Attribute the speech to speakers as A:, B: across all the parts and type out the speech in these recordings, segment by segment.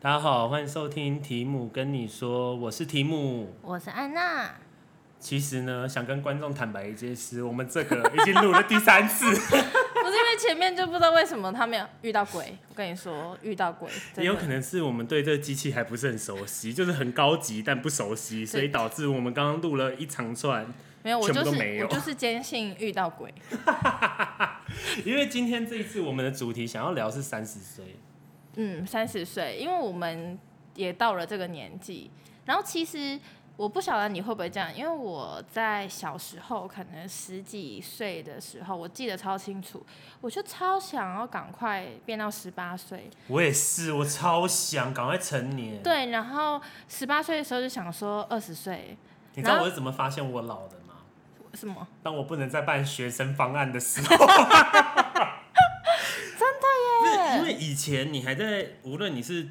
A: 大家好，欢迎收听提姆跟你说，我是提姆。
B: 我是安娜，
A: 其实呢，想跟观众坦白一件事，我们这个已经录了第三 次，
B: 不是因为前面就不知道为什么他没有遇到鬼，我跟你说遇到鬼，真的
A: 也有可能是我们对这机器还不是很熟悉，就是很高级但不熟悉，所以导致我们刚刚录了一长串。
B: 没有，我
A: 全部
B: 就
A: 都
B: 是
A: 没有
B: 我就是坚信遇到鬼，
A: 因为今天这一次我们的主题想要聊是三十岁，
B: 嗯，三十岁，因为我们也到了这个年纪，然后其实我不晓得你会不会这样，因为我在小时候可能十几岁的时候，我记得超清楚，我就超想要赶快变到十八岁，
A: 我也是，我超想赶快成年。
B: 对，然后十八岁的时候就想说二十岁
A: 你知道
B: 然后
A: 我是怎么发现我老的吗？
B: 什么。
A: 当我不能再办学生方案的时候， 真的耶！因为以前你还在，无论你是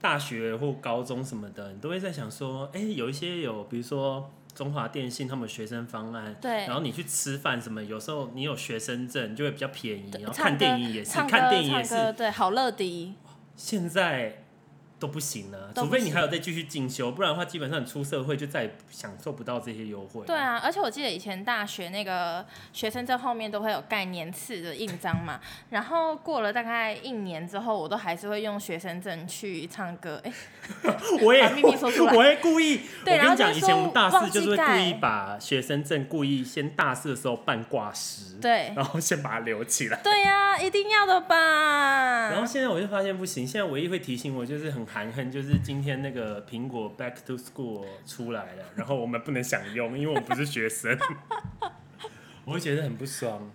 A: 大学或高中什么的，你都会在想说，哎、有一些有，比如说中华电信他们有学生方案，
B: 对
A: 然后你去吃饭什么，有时候你有学生证就会比较便宜，然后
B: 唱
A: 看
B: 歌
A: 电影也是，
B: 唱歌
A: 看电影也
B: 唱歌
A: 是，
B: 对，好乐迪，
A: 现在。都不行了、
B: 都
A: 除
B: 不
A: 非你
B: 行
A: 还有再继续进修，不然的话，基本上你出社会就再也享受不到这些优惠。
B: 对，啊，而且我记得以前大学那个学生证后面都会有盖年次的印章 嘛，然后过了大概一年之后，我都还是会用学生证去唱歌，哎、
A: 我也
B: 把秘密说出来
A: 我会故意。我
B: 对然
A: 跟
B: 后
A: 你讲，
B: 就
A: 以
B: 说
A: 前我们大
B: 忘
A: 四
B: 记
A: 就是会故意
B: 盖
A: 把学生证故意先大四的时候办挂失，
B: 对
A: 然后先把它留起来。
B: 对呀、一定要的吧。
A: 然后现在我就发现不行，现在唯一会提醒我就是很含恨，就是今天那个苹果 Back to School 出来了，然后我们不能享用，因为我们不是学生， 我会觉得很不爽。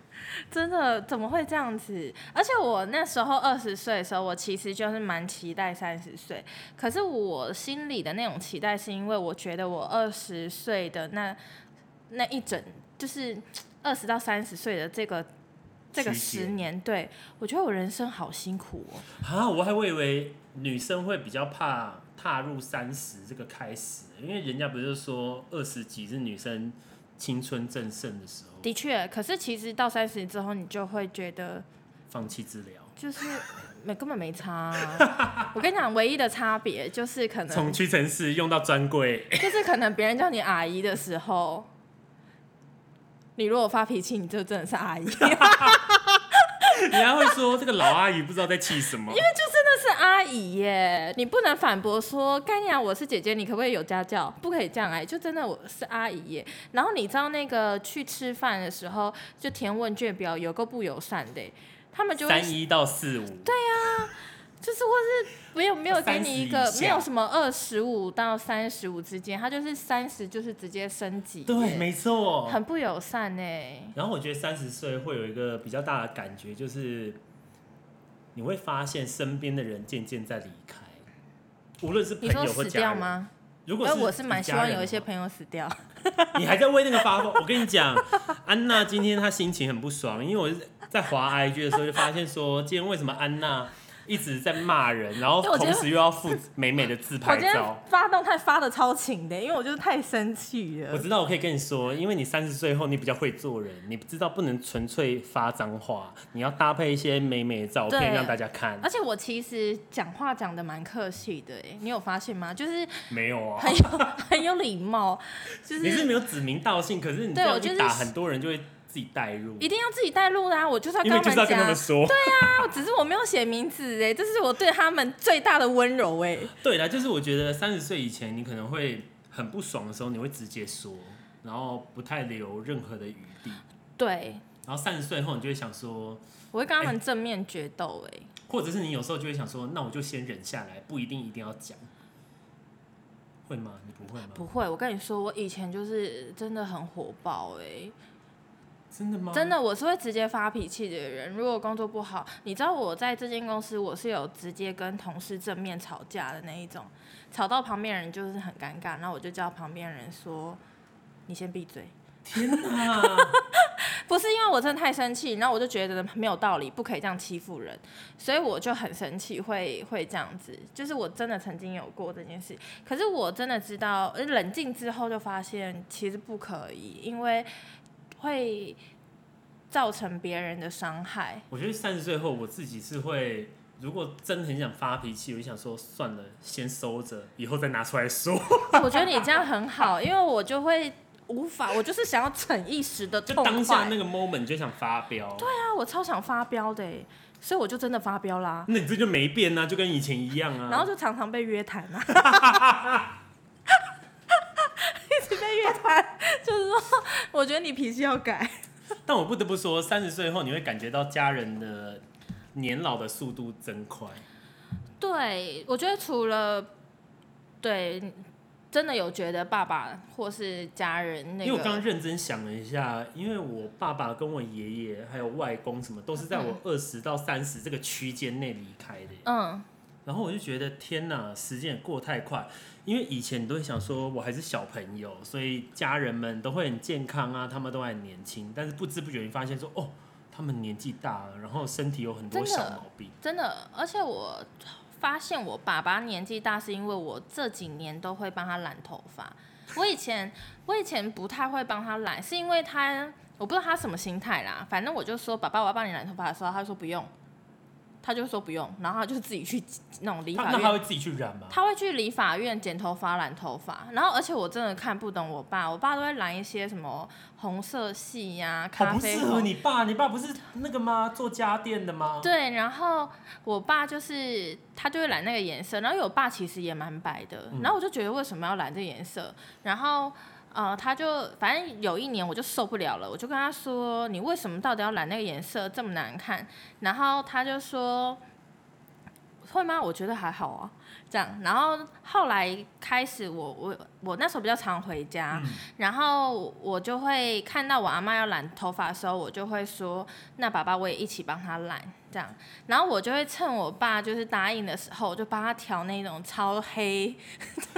B: 真的怎么会这样子？而且我那时候二十岁的时候，我其实就是蛮期待三十岁。可是我心里的那种期待，是因为我觉得我二十岁的那那一整，就是二十到三十岁的这个这个
A: 区间
B: 十年，对我觉得我人生好辛苦哦。
A: 啊，我还以为女生会比较怕踏入三十这个开始，因为人家不是说二十几是女生青春正盛的时候，
B: 的确，可是其实到三十之后，你就会觉得
A: 放弃治疗，
B: 就是没根本没差啊、 我跟你讲，唯一的差别就是可能
A: 从屈臣氏用到专柜，
B: 就是可能别人叫你阿姨的时候，你如果发脾气，你就真的 是阿姨，因为
A: 人家会说这个老阿姨不知道在气什么。
B: 就真的是阿姨耶，你不能反驳说，干你啊，我是姐姐，你可不可以有家教？不可以这样哎，就真的我是阿姨耶。然后你知道那个去吃饭的时候，就填问卷表，有够不友善的耶，他们就会
A: 三一到四五，对，
B: 就是或是没有没有给你一个
A: 30以下
B: 没有什么二十五到三十五之间，他就是三十就是直接升级耶，
A: 没错。
B: 很不友善哎。
A: 然后我觉得三十岁会有一个比较大的感觉，就是你会发现身边的人渐渐在离开，无论是朋
B: 你说
A: 友或
B: 死
A: 家
B: 掉
A: 人。
B: 吗？
A: 如
B: 因
A: 果
B: 为
A: 是
B: 我是蛮
A: 以
B: 希
A: 家
B: 望
A: 人
B: 有一
A: 的
B: 些
A: 话
B: 朋友死 掉。
A: 你还在为那个发疯？我跟你讲，安娜今天她心情很不爽，因为我是在滑 IG 的时候就发现说，今天为什么安娜一直在骂人，然后
B: 对我觉
A: 同
B: 得
A: 时又要附美美的自
B: 我
A: 拍
B: 今天
A: 照。
B: 发动态发的超勤的，因为我就是太生气
A: 我
B: 了。
A: 知道，我可以跟你说，因为你三十岁后，你比较会做人，你知道不能纯粹发脏话，你要搭配一些美美的照片
B: 对
A: 让大家看。
B: 而且我其实讲话讲的蛮客气的，哎，你有发现吗？就是
A: 没有啊，
B: 很有 很有礼貌，就
A: 你是
B: 是
A: 没有指名道姓，可是你这
B: 对
A: 样
B: 我就
A: 一
B: 是
A: 打，很多人就会自己带入，
B: 一定要自己带路的啊！我就是要
A: 因
B: 跟
A: 为就
B: 他
A: 是
B: 们
A: 要跟他们
B: 讲，
A: 说。
B: 啊，只是我没有写名字，哎，这是我对他们最大的温柔，哎，
A: 对啦，就是我觉得三十岁以前，你可能会很不爽的时候，你会直接说，然后不太留任何的余地。
B: 对，
A: 然后三十岁后，你就会想说，
B: 我会跟他们正面决斗，哎，
A: 或者是你有时候就会想说，那我就先忍下来，不一定一定要讲，会吗？你不会吗？
B: 不会，我跟你说，我以前就是真的很火爆，哎，
A: 真的吗？
B: 真的，我是会直接发脾气的人。如果工作不好，你知道我在这间公司，我是有直接跟同事正面吵架的那一种，吵到旁边人就是很尴尬，然后我就叫旁边人说：“你先闭嘴。
A: 天哪！”
B: 不是因为我真的太生气，然后我就觉得没有道理，不可以这样欺负人，所以我就很生气，会会这样子。就是我真的曾经有过这件事，可是我真的知道，呃冷静之后就发现其实不可以，因为会造成别人的伤害。
A: 我觉得三十岁后，我自己是会如果真的很想发脾气，我就想说算了，先收着，以后再拿出来 说，
B: 我觉得你这样很好，因为我就会无法，我就是想要逞一时的
A: 就
B: 痛快。
A: 当下那个 moment 你就想发飙。对啊，
B: 啊，我超想发飙的欸，所以我就真的发飙啦，
A: 那你这就没变啊，就跟以前一样啊。
B: 然后就常常被约谈啊， 一直被约谈，就是说，我觉得你脾气要改。
A: 但我不得不说，三十岁后你会感觉到家人的年老的速度真快。
B: 对，我觉得除了对，真的有觉得爸爸或是家人那
A: 因为我刚
B: 个
A: 刚认真想了一下，因为我爸爸跟我爷爷还有外公什么，都是在我二十到三十这个区间内离开的。
B: 嗯，
A: 然后我就觉得天哪，时间也过太快。因为以前你都会想说我还是小朋友，所以家人们都会很健康啊，他们都还很年轻。但是不知不觉你发现说，哦，他们年纪大了，然后身体有很多
B: 真的
A: 小毛病。
B: 真的，而且我发现我爸爸年纪大，是因为我这几年都会帮他染头发。我以前我以前不太会帮他染，是因为他我不知道他什么心态啦，反正我就说爸爸我要帮你染头发的时候，他就说不用，他就说不用，然后他就自己去那种理
A: 他
B: 发
A: 那
B: 院
A: 他会自己去染吗？
B: 他会去理发院剪头发、染头发，然后而且我真的看不懂我爸，我爸都会染一些什么红色系呀、
A: 好
B: 咖
A: 哦不
B: 啡
A: 适合
B: 红。
A: 你爸，你爸不是那个吗？做家电的吗？
B: 对，然后我爸就是他就会染那个颜色，然后因为我爸其实也蛮白的，然后我就觉得为什么要染这个颜色，然后。呃，他就反正有一年我就受不了了，我就跟他说：“你为什么到底要染那个颜色这么难看？”然后他就说：“会吗？我觉得还好啊。”这样，然后后来开始我我我那时候比较常回家，
A: 嗯
B: 然后我就会看到我阿妈要染头发的时候，我就会说：“那爸爸我也一起帮他染。”这样，然后我就会趁我爸就是答应的时候，我就帮他调那种超黑、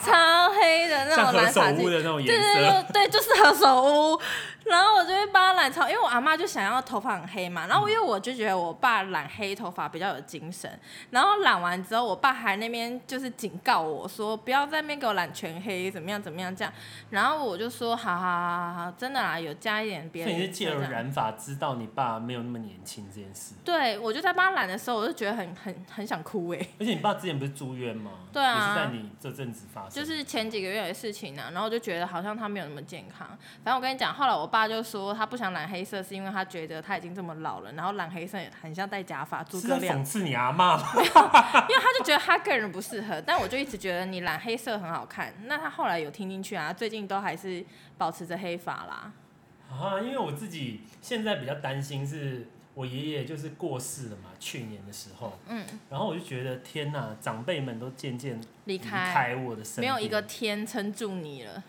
B: 超黑的那
A: 像
B: 种
A: 何
B: 染
A: 首
B: 发剂
A: 乌。的那种颜
B: 对对
A: 色，
B: 对对，就是 何首乌。然后我就会帮他染超，因为我阿妈就想要头发很黑嘛。然后因为我就觉得我爸染黑头发比较有精神。然后染完之后，我爸还那边就是警告我说，不要在那边给我染全黑，怎么样怎么样这样。然后我就说，好好好好好，真的啦，有加一点别
A: 所以
B: 人。
A: 你是借了染发知道你爸没有那么年轻这件事，
B: 对，我就在帮他染的时候，我就觉得很很很想哭哎、
A: 而且你爸之前不是住院吗？
B: 对啊
A: 也是在你这阵子发生。
B: 就是前几个月的事情呢、啊，然后我就觉得好像他没有那么健康。反正我跟你讲，后来我爸就说他不想染黑色，是因为他觉得他已经这么老了，然后染黑色也很像戴假发，诸
A: 是啊
B: 葛
A: 在
B: 亮，
A: 讽刺你阿妈，
B: 因为他就觉得他个人不适合。但我就一直觉得你染黑色很好看，那他后来有听进去啊，最近都还是保持着黑发啦。
A: 啊，因为我自己现在比较担心是。我爷爷就是过世了嘛，去年的时候，嗯，然后我就觉得天呐，长辈们都渐渐离
B: 离开，
A: 开我的身
B: 没
A: 边，
B: 有一个天撑住你了。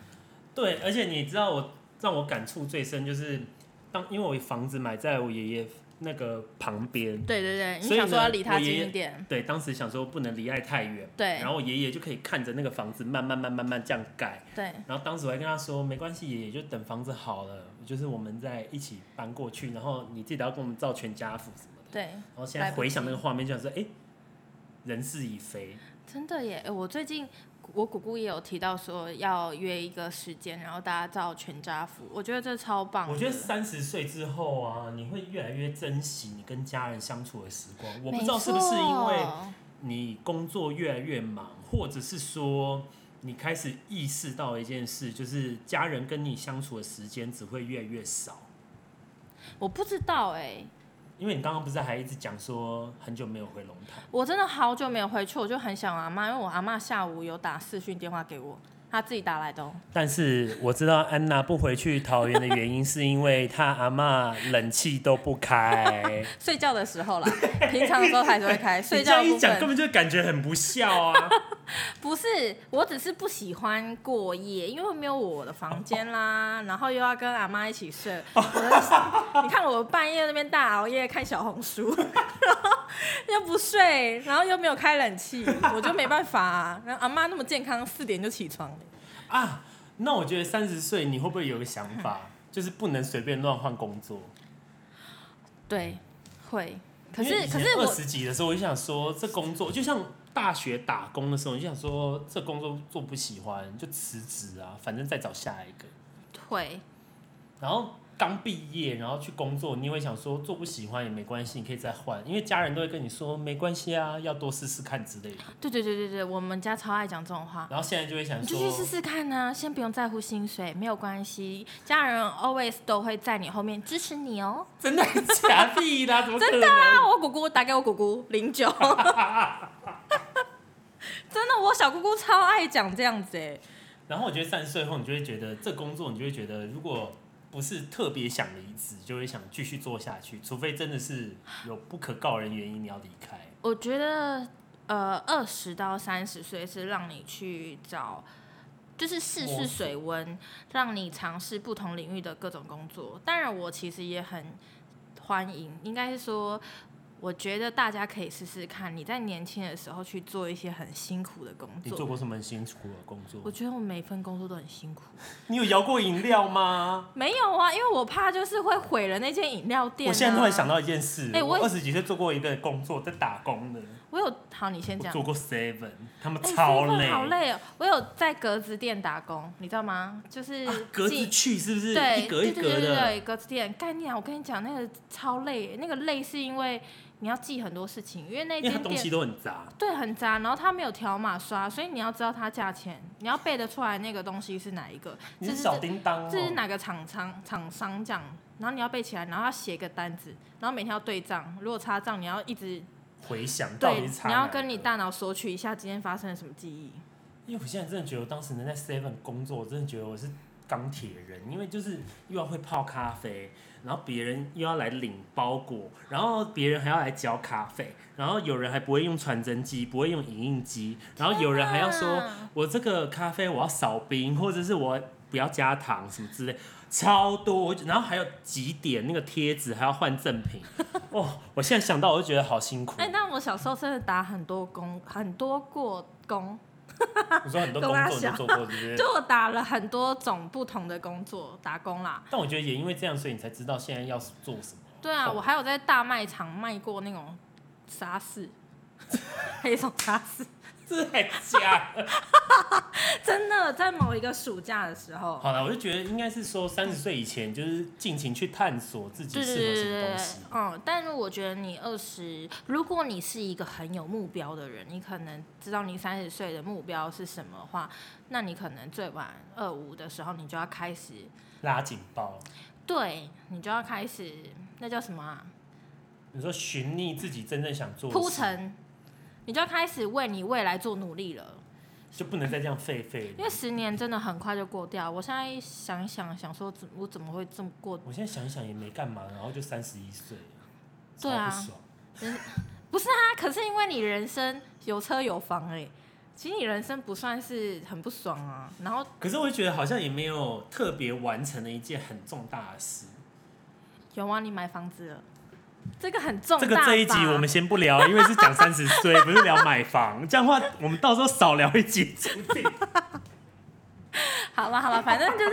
A: 对，而且你知道我让我感触最深就是当因为我房子买在我爷爷那个旁边，
B: 对对对，你
A: 所以
B: 想说
A: 呢
B: 要离他
A: 我爷
B: 近
A: 爷
B: 一点，
A: 对，当时想说不能离爱太远，
B: 对
A: 然后我爷爷就可以看着那个房子慢慢慢慢慢这样盖，
B: 对。
A: 然后当时我还跟他说没关系，爷爷就等房子好了，就是我们再一起搬过去，然后你记得要跟我们照全家福什么的，
B: 对，
A: 然后现在
B: 来不
A: 回想
B: 及
A: 那个画面，就想说哎。人事已非，
B: 真的耶！诶我最近我姑姑也有提到说要约一个时间，然后大家照全家福，我觉得这超棒的。
A: 我觉得三十岁之后啊，你会越来越珍惜你跟家人相处的时光。我不知道是不是因为
B: 没错
A: 你工作越来越忙，或者是说你开始意识到一件事，就是家人跟你相处的时间只会越来越少。
B: 我不知道哎、
A: 因为你刚刚不是还一直讲说很久没有回龙潭，
B: 我真的好久没有回去，我就很想我阿妈，因为我阿妈下午有打视讯电话给我，她自己打来的、哦。
A: 但是我知道安娜不回去桃园的原因，是因为她阿妈冷气都不开。
B: 睡觉的 时候啦，平常的时候还是会开。睡
A: 你这
B: 觉
A: 样
B: 的
A: 一
B: 部
A: 讲，根
B: 分
A: 本就感觉很不孝啊！
B: 不是，我只是不喜欢过夜，因为没有我的房间啦，然后又要跟阿妈一起睡。我的，你看我半夜那边大熬夜看小红书， 然后又不睡，然后又没有开冷气，我就没办法、啊。然后阿妈那么健康，四点就起床了。
A: 啊，那我觉得三十岁你会不会有个想法，就是不能随便乱换工作？
B: 对，会。可是可是
A: 二
B: 我
A: 十几的时候，我就想说，这工作就像大学打工的时候，你就想说，这工作做不喜欢就辞职啊，反正再找下一个。
B: 会，
A: 然后刚毕业，然后去工作，你会想说做不喜欢也没关系，你可以再换，因为家人都会跟你说没关系啊，要多试试看之类的。
B: 对对对对对，我们家超爱讲这种话。
A: 然后现在就会想
B: 你就
A: 说，
B: 去试试看呢、先不用在乎薪水，没有关系，家人 always 都会在你后面支持你哦。
A: 真的假的啦？怎么可能？
B: 啊，我姑姑打给我姑姑零 九，真的，我小姑姑超爱讲这样子哎、
A: 然后我觉得三十岁后，你就会觉得这工作，你就会觉得如果不是特别想离职，就会想继续做下去，除非真的是有不可告人原因你要离开。
B: 我觉得，呃，二十到三十岁是让你去找，就是试
A: 摸索
B: 试水温，让你尝试不同领域的各种工作。当然，我其实也很欢迎，应该是说，我觉得大家可以试试看，你在年轻的时候去做一些很辛苦的工
A: 你
B: 作。
A: 做过什么很辛苦的工作
B: 我？觉得我每一份工作都很辛苦，
A: 你有摇过饮料吗？
B: 没有啊，因为我怕就是会毁了那间饮料店、啊。
A: 我现在突然想，到一件事，
B: 哎
A: 我
B: 我
A: 二十几岁做过一个工作，在打工的，
B: 我有好，你先
A: 我
B: 讲
A: 做。过 seven，他们
B: 哎
A: 超
B: 师傅
A: 累，
B: 好累哦！我有在格子店打工，你知道吗？就是
A: 格子
B: 进
A: 啊去是不是
B: 对
A: 一格一
B: 对
A: 格
B: 对对
A: 的？
B: 对格子店概念啊，我跟你讲，那个超累，那个累是因为你要记很多事情，因为那
A: 因为它
B: 间
A: 东西
B: 店
A: 都很杂。
B: 对很杂，然后它没有条码刷，所以你要知道它价钱，你要背得出来那个东西是哪一个，
A: 你
B: 这
A: 是
B: 是
A: 小叮当
B: 这是
A: 哦，
B: 哪个厂商厂商这样，然后你要背起来，然后要写一个单子，然后每天要对账，如果差账你要一直
A: 回想到
B: 对
A: 底是，差
B: 你要
A: 哪
B: 跟
A: 一
B: 你
A: 个
B: 大脑索取一下今天发生了什么记忆。
A: 因为我现在真的觉得，我当时能在 Seven 工作，我真的觉得我是钢铁人，因为就是又要会泡咖啡，然后别人又要来领包裹，然后别人还要来搅咖啡，然后有人还不会用传真机，不会用影印机，然后有人还要说
B: 啊
A: 我这个咖啡我要少冰，或者是我不要加糖什么之类，超多。然后还有几点那个贴纸还要换赠 品，哦，我现在想到我就觉得好辛苦
B: 哎、。但我小时候真的打很多工，很多过工，
A: 我说很多
B: 都
A: 工
B: 拉
A: 作你都
B: 小
A: 做过，对不对？
B: 就我打了很多种不同的工作打工啦。
A: 但我觉得也因为这样，所以你才知道现在要做什 么。
B: 对啊，
A: 哦
B: 我还有在大卖场卖过那种沙士， 黑松沙士，
A: 这还假的？
B: 真的在某一个暑假的时候，
A: 好了，我就觉得应该是说三十岁以前，就是尽情去探索自己
B: 对对
A: 适合
B: 对
A: 什
B: 对
A: 么
B: 对
A: 东
B: 对
A: 西。，
B: 嗯，但是我觉得你二十，如果你是一个很有目标的人，你可能知道你三十岁的目标是什么的话，那你可能最晚二五的时候，你就要开始
A: 拉警报，
B: 对你就要开始那叫什么啊？
A: 你说寻觅自己真正想做的
B: 铺
A: 事，
B: 陈，你就要开始为你未来做努力了。
A: 就不能再这样废废
B: 因
A: 了。
B: 为十年真的很快就过掉，我现在想一想，想说怎我怎么会这么过？
A: 我现在想一想也没干嘛，然后就三十一岁了，
B: 对啊
A: 超不爽。
B: 那、啊可是因为你人生有车有房哎、其实你人生不算是很不爽啊。然后
A: 可是我就觉得好像也没有特别完成了一件很重大的事。
B: 有啊，你买房子了，这个很重
A: 这
B: 大
A: 个
B: 吧。
A: 这一集我们先不聊，因为是讲三十岁， 不是聊买房。这样的话，我们到时候少聊一集主题。
B: 好了好了，反正就是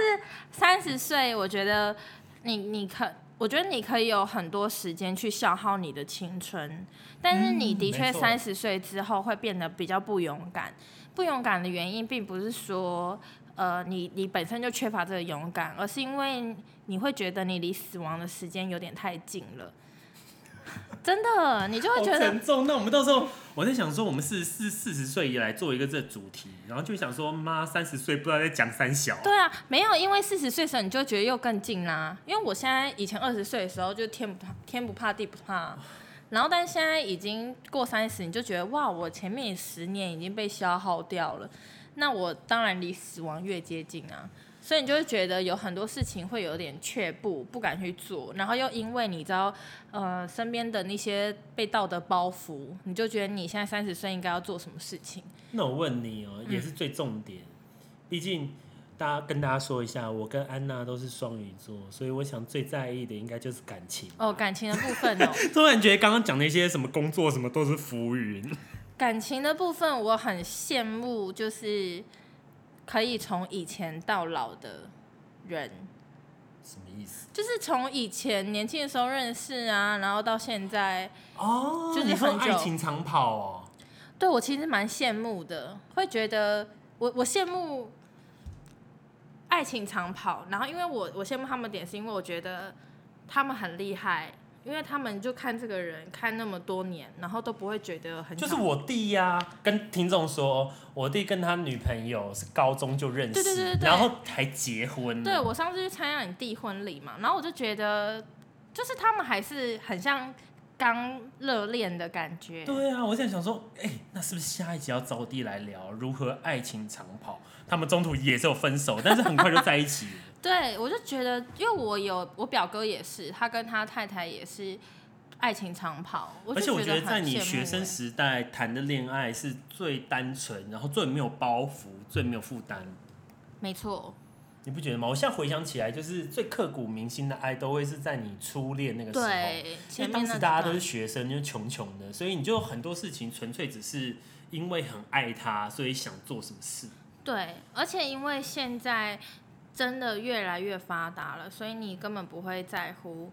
B: 三十岁，我觉得你你可，我觉得你可以有很多时间去消耗你的青春，但是你的
A: 嗯没
B: 确
A: 错
B: 三十岁之后会变得比较不勇敢。不勇敢的原因，并不是说呃你你本身就缺乏这个勇敢，而是因为你会觉得你离死亡的时间有点太近了。真的，你就会
A: 好
B: 觉得
A: 沉重。那我们到时候，我在想说，我们四四四十岁以来做一个这主题，然后就想说，妈，三十岁不知道在讲三小。
B: 对啊，没有，因为四十岁的时候你就觉得又更近啦、因为我现在以前二十岁的时候就天不怕天不怕地不怕，然后但现在已经过三十，你就觉得哇，我前面十年已经被消耗掉了，那我当然离死亡越接近啊。所以你就会觉得有很多事情会有点却步，不敢去做，然后又因为你知道，呃，身边的那些被道德包袱，你就觉得你现在三十岁应该要做什么事情。
A: 那我问你哦、也
B: 嗯
A: 是最重点，毕竟大家跟大家说一下，我跟安娜都是双鱼座，所以我想最在意的应该就是感情。
B: 哦，感情的部分哦，
A: 突然觉得刚刚讲那些什么工作什么都是浮云，
B: 感情的部分，我很羡慕，就是可以从以前到老的人，
A: 什么意思？
B: 就是从以前年轻的时候认识啊，然后到现在，
A: 哦，
B: 就是
A: 你说
B: 很久
A: 爱情长跑哦、
B: 对我其实蛮羡慕的，会觉得我我羡慕爱情长跑，然后因为我我羡慕他们的点是因为我觉得他们很厉害，因为他们就看这个人看那么多年，然后都不会觉得很
A: 就是
B: 长
A: 我弟呀、跟听众说，哦我弟跟他女朋友是高中就认识，
B: 对对对对对
A: 然后还结婚了。
B: 对我上次去参加你弟婚礼嘛，然后我就觉得就是他们还是很像刚热恋的感觉，
A: 对啊，我现在想说，哎、那是不是下一集要找我弟来聊如何爱情长跑？他们中途也是有分手，但是很快就在一起了。
B: 对，我就觉得，因为我有我表哥也是，他跟他太太也是爱情长跑， 我
A: 而且
B: 就
A: 我觉得
B: 得
A: 在
B: 很
A: 你
B: 羡
A: 学
B: 慕
A: 生
B: 欸
A: 时代谈的恋爱是最单纯，然后最没有包袱、最没有负担，
B: 没错，
A: 你不觉得吗？我现在回想起来，就是最刻骨铭心的爱都会是在你初恋那个时候。
B: 对，
A: 因
B: 前
A: 为
B: 面
A: 当
B: 那
A: 时
B: 几
A: 大家都
B: 段
A: 是学生，就穷穷的，所以你就很多事情纯粹只是因为很爱他，所以想做什么事。
B: 对，而且因为现在真的越来越发达了，所以你根本不会在乎。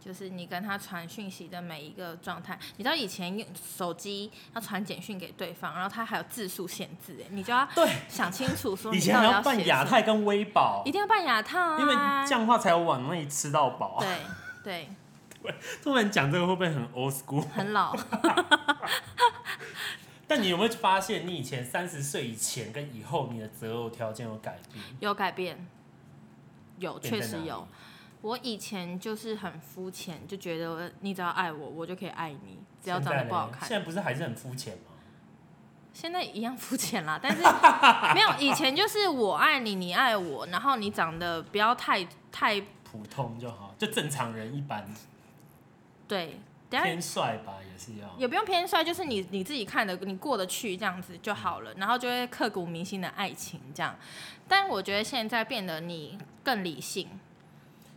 B: 就是你跟他传讯息的每一个状态，你知道以前用手机要传简讯给对方，然后他还有字数限制，哎，你就要
A: 对
B: 想清楚说
A: 以
B: 你
A: 前
B: 到
A: 还
B: 底
A: 要
B: 要
A: 办
B: 写
A: 亚
B: 什
A: 太跟威宝
B: 么，一定要办亚太啊，
A: 因为这样的话才有往那里吃到饱。
B: 对对，
A: 突然讲这个会不会很 old school？
B: 很老，
A: 但你有没有发现，你以前三十岁以前跟以后，你的择偶条件有改变？
B: 有改变，有
A: 变在
B: 确实
A: 哪里
B: 有。我以前就是很肤浅，就觉得你只要爱我，我就可以爱你，只要
A: 现
B: 长
A: 在
B: 得
A: 呢
B: 不好看。
A: 现在不是还是很肤浅吗？
B: 现在一样肤 浅啦，但是没有以前就是我爱你，你爱我，然后你长得不要太太
A: 普通就好，就正常人一般，
B: 对，等下
A: 偏帅吧也是要。
B: 也不用偏帅，就是你你自己看的，你过得去这样子就好了，然后就会刻骨铭心的爱情这样。但我觉得现在变得你更理性，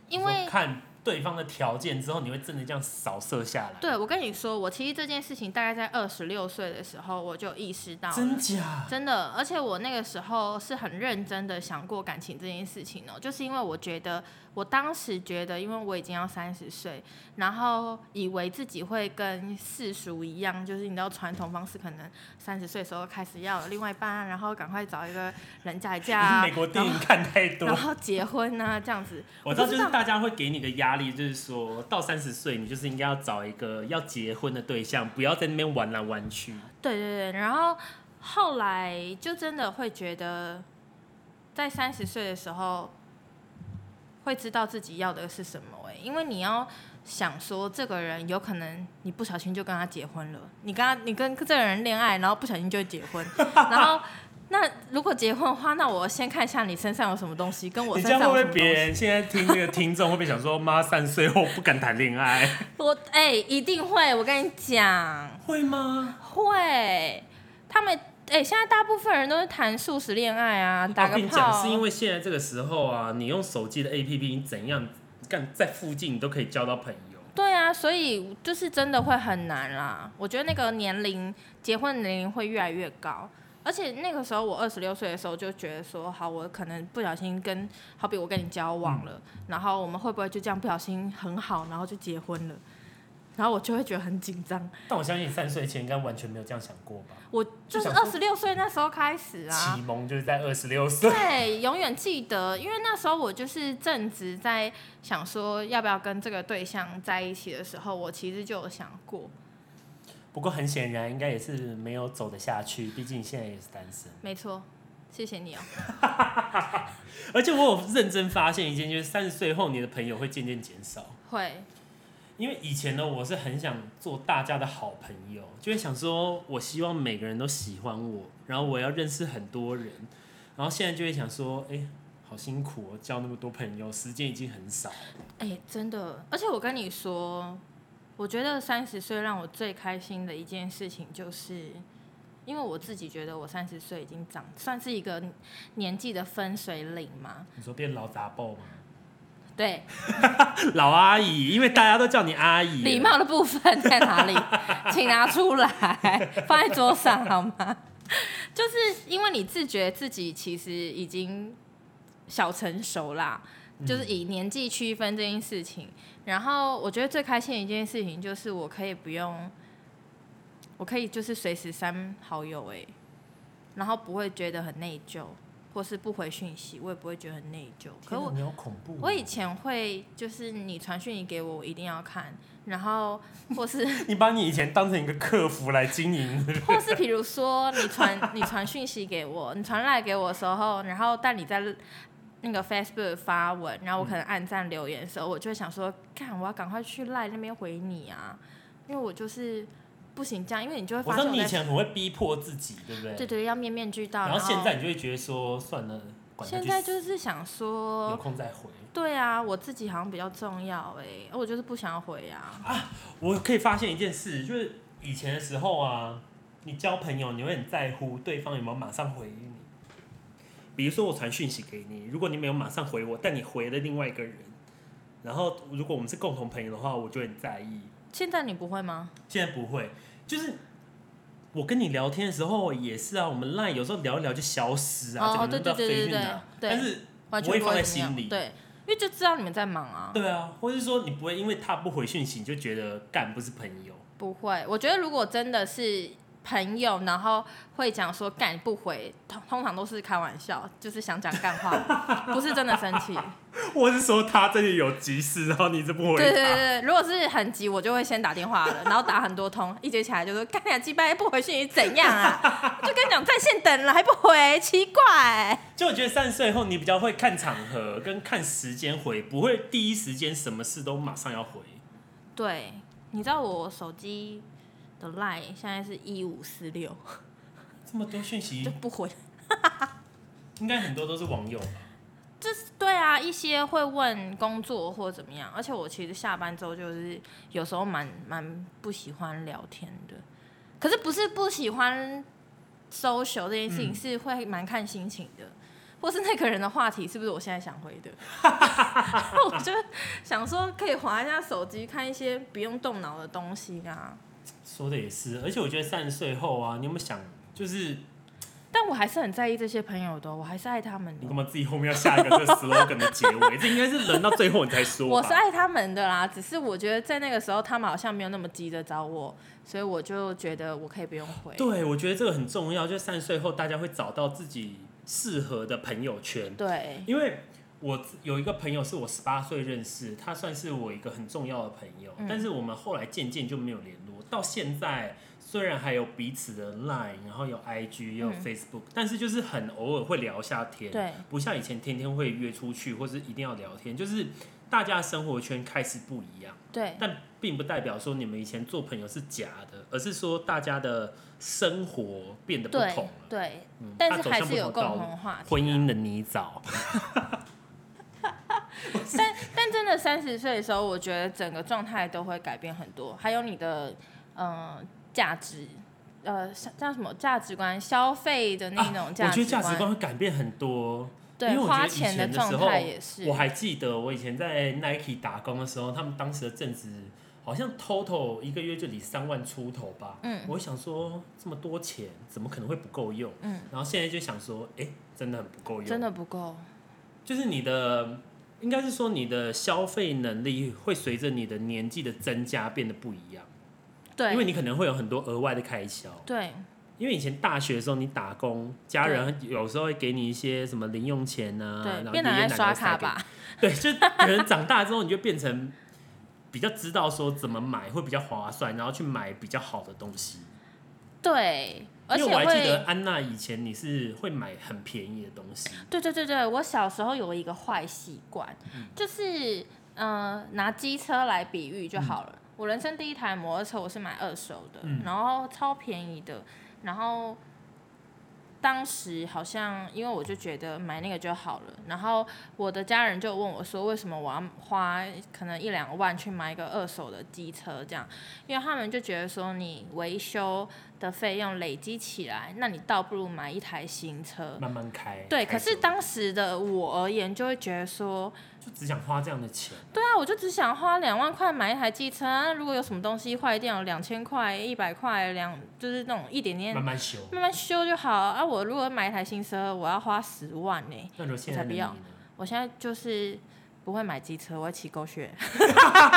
B: 因
A: 你
B: 为
A: 说看对方的条件之后，你会真的这样扫射下来。，
B: 对，我跟你说，我其实这件事情大概在二十六岁的时候我就意识到了
A: 真假？
B: 真的，而且我那个时候是很认真的想过感情这件事情哦、就是因为我觉得，我当时觉得，因为我已经要三十岁，然后以为自己会跟世俗一样，就是你知道传统方式，可能三十岁的时候开始要有另外一半啊，然后赶快找一个人嫁一嫁
A: 你 是
B: 啊，
A: 美国电影看太多
B: 然，后结婚啊这样子。
A: 我知道就是大家会给你个压力，就是说到三十岁，你就是应该要找一个要结婚的对象，不要在那边玩来玩去。
B: 对对对，然后后来就真的会觉得，在三十岁的时候，会知道自己要的是什么哎、因为你要想说这个人有可能你不小心就跟他结婚了，你跟他你跟这个人恋爱，然后不小心就结婚，然后那如果结婚的话，那我先看一下你身上有什么东西，跟我
A: 你
B: 身
A: 这
B: 上
A: 样会不
B: 有
A: 会别
B: 什么东西。
A: 人现在听这个听众会不会想说，妈三十岁后不敢谈恋 爱？
B: 我哎、一定会，我跟你讲。
A: 会吗？
B: 会，他们哎、现在大部分人都是谈素食恋爱啊，打
A: 我
B: 个
A: 哦跟你
B: 炮。
A: 讲，是因为现在这个时候啊，你用手机的 APP，你怎样干在附近你都可以交到朋友。
B: 对啊，所以就是真的会很难啦。我觉得那个年龄，结婚年龄会越来越高。而且那个时候我二十六岁的时候就觉得说，好，我可能不小心跟，好比我跟你交往了，
A: 嗯
B: 然后我们会不会就这样不小心很好，然后就结婚了，然后我就会觉得很紧张。
A: 但我相信你三十岁前应该完全没有这样想过吧？
B: 我
A: 就
B: 就是
A: 想
B: 二十六岁那时候开始啊，
A: 启蒙就是在二十六岁。
B: 对，永远记得，因为那时候我就是正值在想说要不要跟这个对象在一起的时候，我其实就有想过，
A: 不过很显然，应该也是没有走得下去，毕竟你现在也是单身。
B: 没错，谢谢你哦。
A: 而且我有认真发现一件，就是三十岁后你的朋友会渐渐减少。
B: 会，
A: 因为以前呢，我是很想做大家的好朋友，就会想说，我希望每个人都喜欢我，然后我要认识很多人。然后现在就会想说，哎、好辛苦哦，交那么多朋友，时间已经很少了。
B: 哎、真的，而且我跟你说，我觉得三十岁让我最开心的一件事情就是。因为我自己觉得我三十岁已经长，算是一个年纪的分水岭嘛。
A: 你说变老杂爆吗？
B: 对，
A: 老阿姨，因为大家都叫你阿姨。
B: 礼。貌的部分在哪里？请拿出来， 放在桌上好吗？就是因为你自觉自己其实已经小成熟啦，就是以年纪区分这件事情。然后我觉得最开心的一件事情就是我可以不用，欸我可以就是随时删好友哎、然后不会觉得很内疚。或是不回讯息，我也不会觉得很内疚。可
A: 天哪
B: 我
A: 你好恐怖哦、
B: 我以前会就是你传讯息给我，我一定要看，然后或是
A: 你把你以前当成一个客服来经营，
B: 或是比如说你传你传讯息给我，你传来给我的时候，然后但你在那个 Facebook 发文，然后我可能按赞留言的时候，我就会想说，看我要赶快去赖那边回你啊，因为我就是不行这样，因为你就会
A: 我
B: 发
A: 知
B: 现
A: 道你以
B: 我在
A: 前很会逼迫自己，对不对？
B: 对对要面面俱到，
A: 然
B: 后
A: 后现在你就会觉得说，算了，管他
B: 现
A: 去
B: 在
A: 死，
B: 就是想
A: 有
B: 说，
A: 空再回。
B: 对啊，我自己好像比较重要哎、我就是不想要回啊，
A: 我可以发现一件事，就是以前的时候啊，你交朋友你会很在乎对方有没有马上回应你。比如说我传讯息给你，如果你没有马上回我，但你回了另外一个人，然后如果我们是共同朋友的话，我就很在意。
B: 现在你不会吗？
A: 现在不会，就是我跟你聊天的时候也是啊，我们 line 有时候聊一聊就消失啊，
B: 哦
A: 整个人都
B: 对对
A: 飞
B: 对
A: 去
B: 对
A: 哪？
B: 对
A: 啊但是
B: 完全
A: 不会
B: 不
A: 放在
B: 怎么样
A: 心里
B: 对，因为就知道你们在忙啊。
A: 对啊，或者是说你不会因为他不回讯息你就觉得干不是朋 友，
B: 不会，我觉得如果真的是朋友，然后会讲说干不回，通通常都是开玩笑，就是想讲干话， 不是真的生气。
A: 或者是说他真的有急事，然后你就不回
B: 对对对，对如果是很急，我就会先打电话 了，然后打很多通，一接起来就说干俩鸡巴不回讯息怎样 啊？就跟你讲在线等了还不回，奇怪、
A: 就我觉得三十岁后，你比较会看场合跟看时间回，不会第一时间什么事都马上要回。
B: 对，你知道我手机的 line 现在是一五四六，
A: 这么多讯息
B: 就，不回。
A: 应该很多都是网友吧？
B: 就是对啊，一些会问工作或怎么样，而且我其实下班之后就是有时候蛮蛮不喜欢聊天的，可是不是不喜欢 social 这件事情，
A: 嗯
B: 是会蛮看心情的，或是那个人的话题是不是我现在想回的， 我就想说可以划一下手机，看一些不用动脑的东西啊，
A: 说的也是，而且我觉得三十岁后啊，你有没有想，就是
B: 但我还是很在意这些朋友的哦，我还是爱他们的
A: 你干。嘛自己后面要下一个这 slogan 的结 尾？这应该是人到最后你才说吧。
B: 我是爱他们的啦，只是我觉得在那个时候他们好像没有那么急着找我，所以我就觉得我可以不用回。
A: 对，我觉得这个很重要，就三十岁后大家会找到自己适合的朋友圈。
B: 对
A: 因为我有一个朋友是我十八岁认识，他算是我一个很重要的朋友，
B: 嗯
A: 但是我们后来渐渐就没有联络，到现在虽然还有彼此的 Line，然后有 IG，也有
B: 嗯
A: Facebook，、但是就是很偶尔会聊一下天，
B: 对
A: 不像以前天天会约出去或是一定要聊天，就是大家的生活圈开始不一样，
B: 对
A: 但并不代表说你们以前做朋友是假的，而是说大家的生活变得不
B: 对
A: 同了，
B: 对，
A: 嗯
B: 但
A: 他
B: 是
A: 走
B: 还
A: 向
B: 是
A: 不
B: 有
A: 同道
B: 共
A: 路
B: 同话题。
A: 婚姻的泥沼。
B: 但但真的三十岁的时候，我觉得整个状态都会改变很多，还有你的呃价值，呃像像什么价值观、消费的那种
A: 啊我
B: 价
A: 觉得价值
B: 观，
A: 观会改变很多。因
B: 对
A: 为我觉得
B: 花
A: 以
B: 钱
A: 前的
B: 状
A: 时候
B: 态也是
A: 我。还记得我以前在 Nike 打工的时候，他们当时的正职好像 total 一个月就领三万出头吧。
B: 嗯
A: 我想说这么多钱怎么可能会不够用？
B: 嗯，
A: 然后现在就想说，哎、真的很不够用。
B: 真的不够，
A: 就是你的，应该是说你的消费能力会随着你的年纪的增加变得不一样，因为啊
B: 对
A: 你可能会有很多额外的开销。
B: 对
A: 因为以前大学的时候，你打工，家人有时候会给你一些什么零用钱啊，然
B: 对，
A: 后爷
B: 变得
A: 爷
B: 爱
A: 奶奶
B: 刷
A: 会塞
B: 卡
A: 给你
B: 吧。，
A: 对，就可能长大之后，你就变成比较知道说怎么买会比较划算，然后去买比较好的东西。
B: 对，而且
A: 因为我还记
B: 会
A: 得安娜以前你是会买很便宜的东西，
B: 对对对对，我小时候有一个坏习惯，就是呃拿机车来比喻就好了。我人生第一台摩托车我是买二手的，
A: 嗯
B: 然后超便宜的，然后当时好像因为我就觉得买那个就好了，然后我的家人就问我说，为什么我要花可能一两万去买一个二手的机车这样？因为他们就觉得说你维修的费用累积起来，那你倒不如买一台新车。
A: 慢慢开。
B: 嗯对，
A: 开
B: 可是
A: 久
B: 当时的我而言，就会觉得说，
A: 就只想花这样的钱，
B: 对啊，我就只想花两万块买一台机车啊，如果有什么东西坏掉，两千块、一百块、两就是那种一点点
A: 慢
B: 慢
A: 慢修。
B: 慢修就好啊。我如果买一台新车，我要花十万呢、
A: 那如果现在的你呢？
B: 我现在就是不会买机车，我会骑狗血，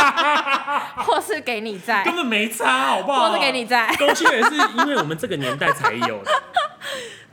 B: 或是给你在，
A: 根本没差，好不好？
B: 或是给你在。
A: 勾芡也是因为我们这个年代才有的。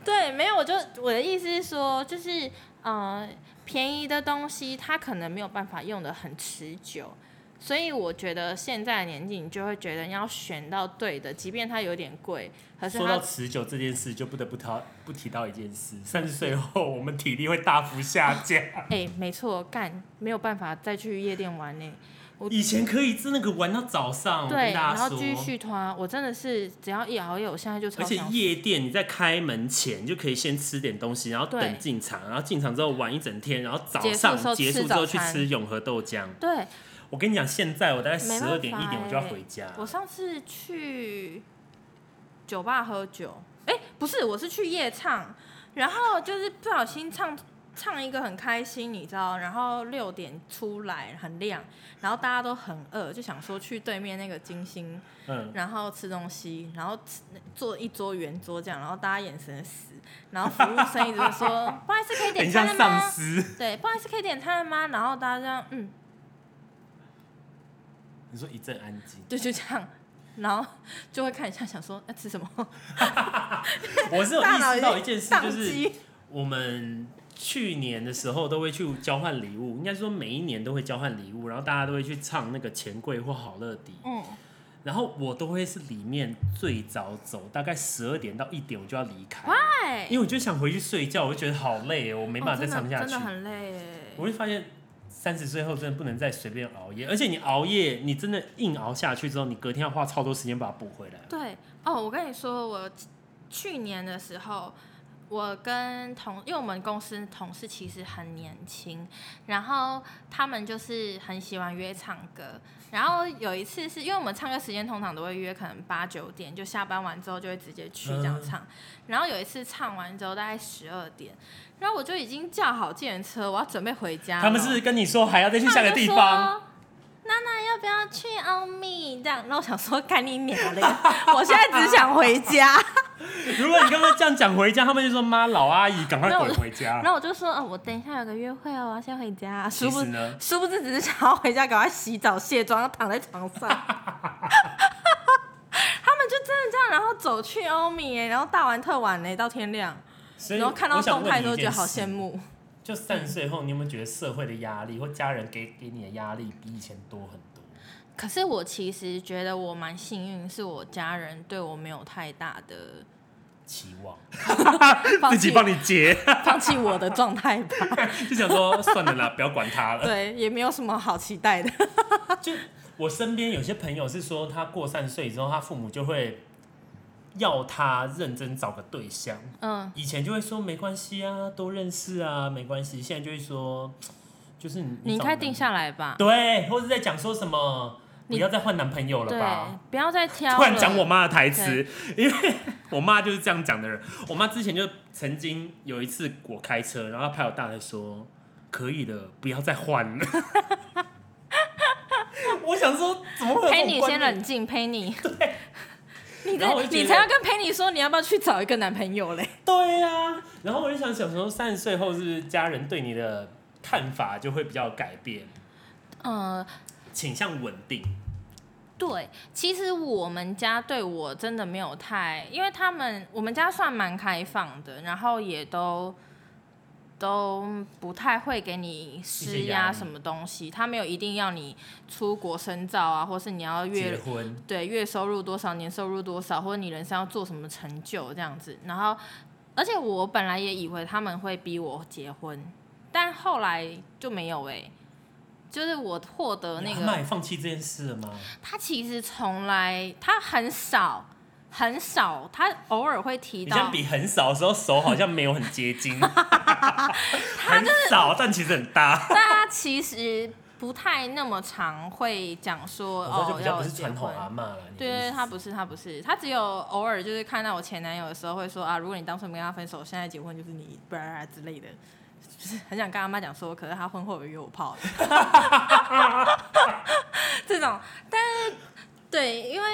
B: 对，没没有，我就我的意思是说，就是呃，便宜的东西它可能没有办法用的很持久，所以我觉得现在的年纪你就会觉得你要选到对的，即便它有点贵，可是
A: 说到
B: 它
A: 持久这件事，就不得不讨不提到一件事：三十岁后，我们体力会大幅下降。
B: 哎、没错，干没有办法再去夜店玩呢、哎我
A: 以前可以真的可以玩到早上，我
B: 对，
A: 跟大
B: 然
A: 家
B: 后
A: 说。
B: 继续拖，我真的是只要一熬夜，我现在就超
A: 而且
B: 想死
A: 夜店你在开门前就可以先吃点东西，然后
B: 对
A: 等进场，然后进场之后玩一整天，然后早
B: 结束的时候
A: 上
B: 吃
A: 结束之后去
B: 早餐
A: 吃永和豆浆。
B: 对
A: 我跟你讲，现在我大概
B: 没办
A: 十
B: 法
A: 二点一点我就要
B: 欸
A: 回家。
B: 我上次去酒吧喝酒，哎、不是，我是去夜唱，然后就是不小心唱唱一个很开心，你知道，然后六点出来很亮，然后大家都很饿，就想说去对面那个金星，
A: 嗯，
B: 然后吃东西，然后吃坐一桌圆桌这样，然后大家眼神死，然后服务生一直说 不好意思可以
A: 很
B: 点
A: 像
B: 餐了
A: 丧
B: 吗？
A: 尸。
B: 对，不好意思可以点餐了吗？然后大家这样嗯，
A: 你说一阵安静，
B: 对，就这样。然后就会看一下，想说要吃什么，
A: 我是有
B: 大
A: 意
B: 脑
A: 识到
B: 有
A: 一件事，
B: 宕
A: 就是
B: 机
A: 我们去年的时候都会去交换礼物，应该说每一年都会交换礼物，然后大家都会去唱那个钱柜或好乐迪，
B: 嗯，
A: 然后我都会是里面最早走，大概十二点到一点我就要离开，
B: 哎
A: 因为我就想回去睡觉，我就觉得好累哦，我没办法再唱下
B: 真
A: 去
B: 的，很累哎。
A: 我就发现。三十岁后真的不能再随便熬夜，而且你熬夜，你真的硬熬下去之后，你隔天要花超多时间把它补回来。
B: 对哦，我跟你说，我去年的时候，我跟同，因为我们公司同事其实很年轻，然后他们就是很喜欢约唱歌。然后有一次是因为我们唱歌时间通常都会约，可能八九点就下班完之后就会直接去这样
A: 嗯
B: 唱。然后有一次唱完之后大概十二点，然后我就已经叫好计程车，我要准备回家了。
A: 他们是不是跟你说还要再去下个地
B: 他
A: 方，
B: 们就说。娜娜要不要去欧米？这样，那我想说，干你娘嘞！ 我现在只想回 家。
A: 如果你刚刚这样讲回家，他们就说妈老阿姨赶快
B: 没有
A: 滚回家
B: 然。后我就说，哦，我等一下有个约会哦，我要先回家。殊
A: 其
B: 不
A: 实呢，
B: 殊不知只是想要回家，赶快洗澡卸妆，躺在床上。 他们就真的这样，然后走去欧米耶，然后大玩特玩呢，到天亮，
A: 所以
B: 然后看到
A: 我想
B: 动
A: 问
B: 态
A: 你
B: 都
A: 一
B: 觉得
A: 件
B: 好
A: 事
B: 羡。慕。
A: 就三十岁后，你有没有觉得社会的压力或家人给给你的压力比以前多很多？
B: 可是我其实觉得我蛮幸运，是我家人对我没有太大 的
A: 期望
B: 放
A: 自
B: 弃
A: 己帮你结，
B: 放弃我的状态吧。
A: 就想说算了啦，不要管他 了。
B: 对，也没有什么好期 待的。
A: 就我身边有些朋友是说，他过三十岁之后，他父母就会要他认真找个对象。
B: 嗯，
A: 以前就会说没关系啊，多认识啊，没关系。现在就会说，就是你
B: 你应
A: 找
B: 该
A: 男
B: 定下来吧。
A: 对，或者在讲说什么
B: 你
A: 不要再换男朋友了
B: 对
A: 吧。，
B: 不要再 挑了。
A: 突然讲我妈的台词，因为我妈就是这样讲的人。我妈之前就曾经有一次我开车，然后她拍我大腿说：“可以了，不要再换 了。”我想说，怎么会有这
B: 陪
A: 种
B: 你
A: 观
B: 先
A: 念
B: 冷静，陪你。
A: 对，
B: 你
A: 然
B: 在
A: 后我就觉得
B: 你才要跟陪你说你要不要去找一个男朋友嘞？
A: 对呀、然后我就想，想说三十岁后是不是家人对你的看法就会比较改变，
B: 嗯，
A: 倾向稳定。
B: 对，其实我们家对我真的没有太，因为他们我们家算蛮开放的，然后也都都不太会给你施
A: 一些压
B: 压
A: 力
B: 什么东西，他没有一定要你出国深造啊，或是你要
A: 结
B: 月
A: 婚，
B: 对月收入多少、年收入多少，或者你人生要做什么成就这样子。然后，而且我本来也以为他们会逼我结婚，但后来就没有哎、就是我获得那
A: 你
B: 个
A: 阿妈也放弃这件事了吗？
B: 他其实从来他很少很少，他偶尔会提
A: 你
B: 到
A: 像，比很少的时候手好像没有很接 近，很少，但其实很搭。
B: 但他其实不太那么常会讲说
A: 我说就
B: 哦
A: 比较
B: 要
A: 不是
B: 结
A: 传统啊
B: 婚。
A: 阿嬷了，你的意
B: 对，
A: 思
B: 他不是，他不是，他只有偶尔就是看到我前男友的时候会说啊，如果你当初没跟他分手，现在结婚就是你，不然啊之类的，就是很想跟他妈讲说，可是他婚后有约我泡的， 这种，但是对，因为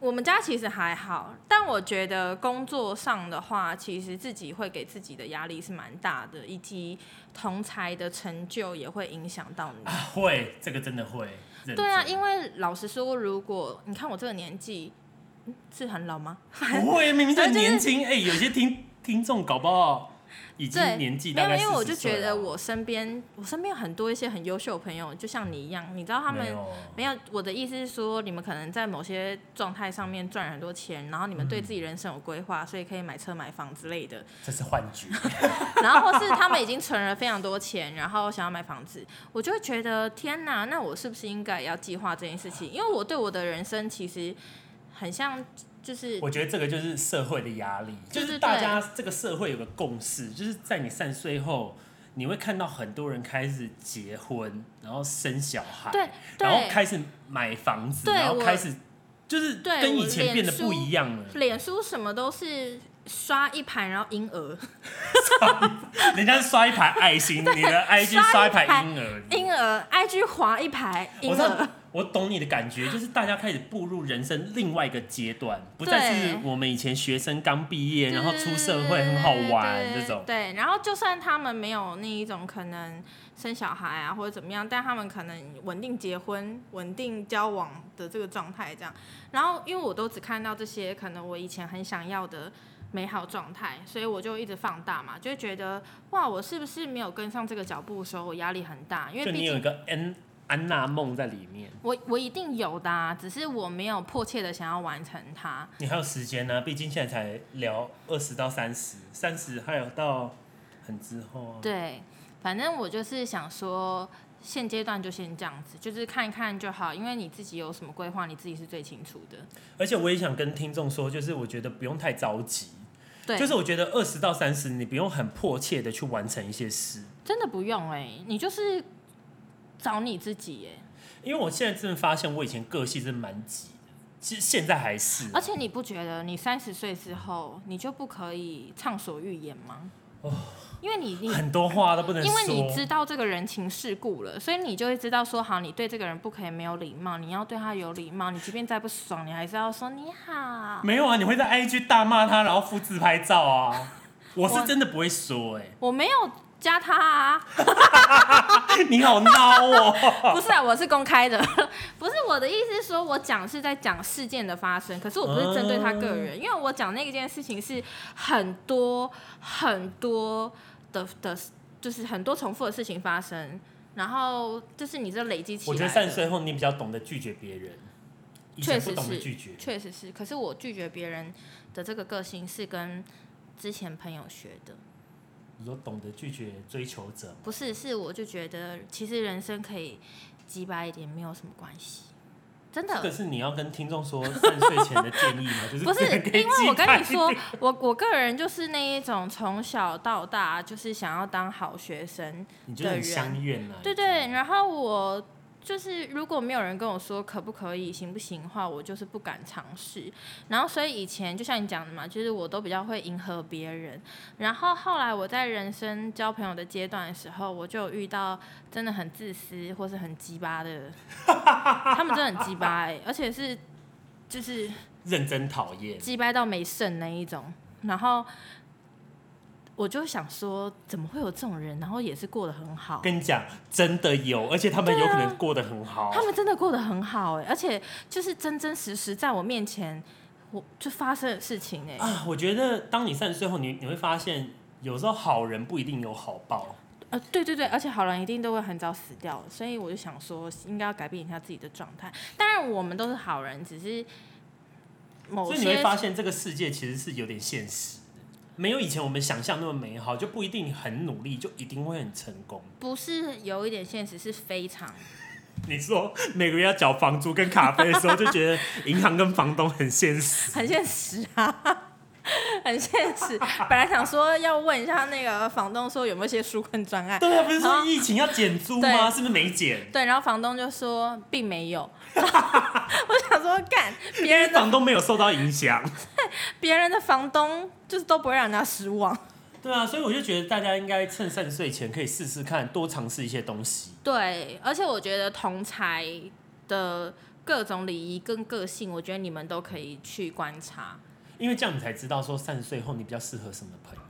B: 我们家其实还好，但我觉得工作上的话，其实自己会给自己的压力是蛮大的，以及同才的成就也会影响到你。
A: 啊会，这个真的会。认
B: 对啊，
A: 真
B: 因为老实说，如果你看我这个年纪，嗯是很老吗？
A: 不会，明明就
B: 反正就是
A: 年轻。哎，有些听听众搞不好已经
B: 对，
A: 年纪大
B: 没有，
A: 概
B: 因为我
A: 40
B: 就
A: 岁
B: 觉得
A: 了
B: 我身边，我身边有很多一些很优秀的朋友，就像你一样，你知道他们
A: 没有
B: 没有。我的意思是说，你们可能在某些状态上面赚了很多钱，然后你们对自己人生有规划，所以可以买车买房之类 的。
A: 这是幻 觉，
B: 然后或是他们已经存了非常多钱，然后想要买房子，我就会觉得天哪，那我是不是应该也要计划这件事情？因为我对我的人生其实很像，就是
A: 我觉得这个就是社会的压力，就
B: 对
A: 是
B: 对
A: 大家这个社会有个共识，就是在你三十岁后，你会看到很多人开始结婚，然后生小孩，
B: 对
A: 然后
B: 对。
A: 开始买房子，
B: 对
A: 然后
B: 我
A: 开始就是
B: 对
A: 跟
B: 我
A: 以前
B: 脸
A: 变得
B: 书
A: 不一样了。
B: 脸书什么都是刷一盘，然后婴儿，
A: 人家是刷一排爱 心，你的 IG
B: 刷
A: 刷
B: 一
A: 一
B: 排
A: 排婴儿。
B: 婴儿 IG 滑一排婴
A: 我知道
B: 儿，，
A: 我懂你的感觉，就是大家开始步入人生另外一个阶段，不再是
B: 对
A: 我们以前学生刚毕业，然后出社会很好玩这种。
B: 对，然后就算他们没有那一种可能生小孩啊或者怎么样，但他们可能稳定结婚、稳定交往的这个状态这样。然后因为我都只看到这些，可能我以前很想要的。美好状态，所以我就一直放大嘛，就会觉得哇，我是不是没有跟上这个脚步的时候，我压力很大，因
A: 就
B: 为毕
A: 你有一
B: 竟
A: 个安安娜梦在里面，
B: 我我一定有的、啊，只是我没有迫切的想要完成它。
A: 你还有时间呢、毕竟现在才聊二十到三十，三十还有到很之后啊。
B: 对，反正我就是想说，现阶段就先这样子，就是看一看就好，因为你自己有什么规划，你自己是最清楚的。
A: 而且我也想跟听众说，就是我觉得不用太着急，
B: 对，
A: 就是我觉得二十到三十，你不用很迫切的去完成一些事。
B: 真的不用哎、你就是找你自己哎、
A: 因为我现在真的发现，我以前个性真的蛮急的，其实现在还是啊、
B: 而且你不觉得你三十岁之后，你就不可以畅所欲言吗？
A: 哦
B: 因为你你
A: 很多话都不能
B: 因为你
A: 说
B: 知。道这个人情世故了，所以你就会知道说，好，你对这个人不可以没有礼貌，你要对他有礼貌。你即便再不爽，你还是要说你好。
A: 没有啊，你会在 IG 大骂他，然后附自拍照啊。我
B: 我
A: 是真的不会说哎、
B: 我没有加他 啊，
A: 你好孬哦、
B: 不是啊，我是公开的， 不是我的意思是说，我讲是在讲事件的发生，可是我不是针对他个
A: 嗯
B: 人，因为我讲那件事情是很多很多的的，就是很多重复的事情发生，然后就是你这累积起来 的。
A: 我觉得三十岁后你比较懂得拒绝别人，以前
B: 确
A: 不
B: 实
A: 懂得
B: 是
A: 拒绝。
B: 确实是，可是我拒绝别人的这个个性是跟之前朋友学的，
A: 你说懂得拒绝追求者，
B: 不是，是我就觉得其实人生可以鸡巴一点，没有什么关系，真的。
A: 这个是你要跟听众说三十岁前的建议 吗？就是
B: 不是，
A: 这 个可以
B: 因为我跟
A: 击败
B: 你说，我我个人就是那一种从小到大就是想要当好学生，
A: 你就是很相怨啊。
B: 对对。然后我就是如果没有人跟我说可不可以、行不行的话，我就是不敢尝试。然后所以以前就像你讲的嘛，就是我都比较会迎合别人。然后后来我在人生交朋友的阶段的时候，我就有遇到真的很自私或是很鸡巴的，他们真的很鸡巴、欸，而且是就是。
A: 认真讨厌。
B: 击败到没剩那一种，然后我就想说，怎么会有这种人？然后也是过得很好，
A: 跟你讲，真的有，而且他们有可能过得很好。
B: 他们真的过得很好哎、而且就是真真实实在我面前，我就发生的事情哎、
A: 啊，我觉得当你三十岁后，你你会发现，有时候好人不一定有好报。
B: 呃，对对对，而且好人一定都会很早死掉，所以我就想说，应该要改变一下自己的状态。当然，我们都是好人，只是某
A: 所以你会
B: 些
A: 发现，这个世界其实是有点现实的，没有以前我们想象那么美好，就不一定很努力就一定会很成功。
B: 不是有一点现实，是非常
A: 你说每个月要缴房租跟咖啡的时候，就觉得银行跟房东很现实。
B: 很现实啊， 很现实。本来想说要问一下那个房东说有没有一些纾困专 案，
A: 对啊，不是说疫情要减租吗？
B: 对
A: 是不是没减？
B: 对，然后房东就说并没有。 我想说干别
A: 因为
B: 人的
A: 房东没有受到影响。
B: 别人的房东就是都不会让人家失望。
A: 对啊，所以我就觉得大家应该趁三十岁前可以试试看，多尝试一些东西。
B: 对，而且我觉得同才的各种礼仪跟个性，我觉得你们都可以去观察。
A: 因为这样你才知道说三十岁后你比较适合什么朋友。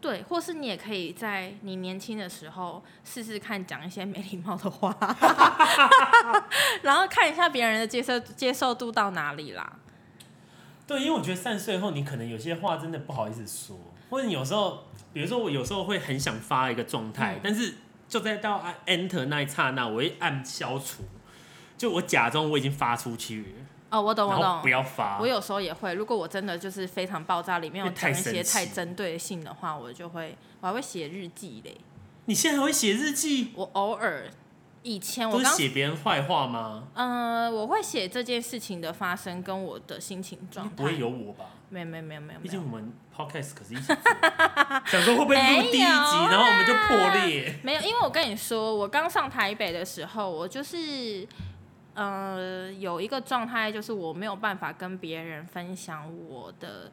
B: 对，或是你也可以在你年轻的时候试试看讲一些没礼貌的 话，然后看一下别人的接受接受度到哪里啦。
A: 对，因为我觉得三十岁后你可能有些话真的不好意思说，或者你有时候，比如说我有时候会很想发一个状态，
B: 嗯
A: 但是就在到按 enter 那一刹那，我会按消除，就我假装我已经发出去了，
B: 哦，我懂，我
A: 然后不
B: 懂。
A: 要啊发
B: 我。有时候也会，如果我真的就是非常爆炸，里面有
A: 因为太
B: 讲一些
A: 生气
B: 太针对性的话，我就会，我还会写日记嘞。
A: 你现在还会写日记？
B: 我偶尔以前我
A: 都是
B: 刚
A: 写别人坏话吗？
B: 呃，我会写这件事情的发生跟我的心情状态。
A: 不会有我吧？
B: 没有没有没有没有
A: 毕
B: 没
A: 竟
B: 有
A: 我们 podcast 可是一起做，想说会不会录第一集，
B: 没有啊
A: 然后我们就破 裂？
B: 没有，因为我跟你说，我刚上台北的时候，我就是呃有一个状态，就是我没有办法跟别人分享我的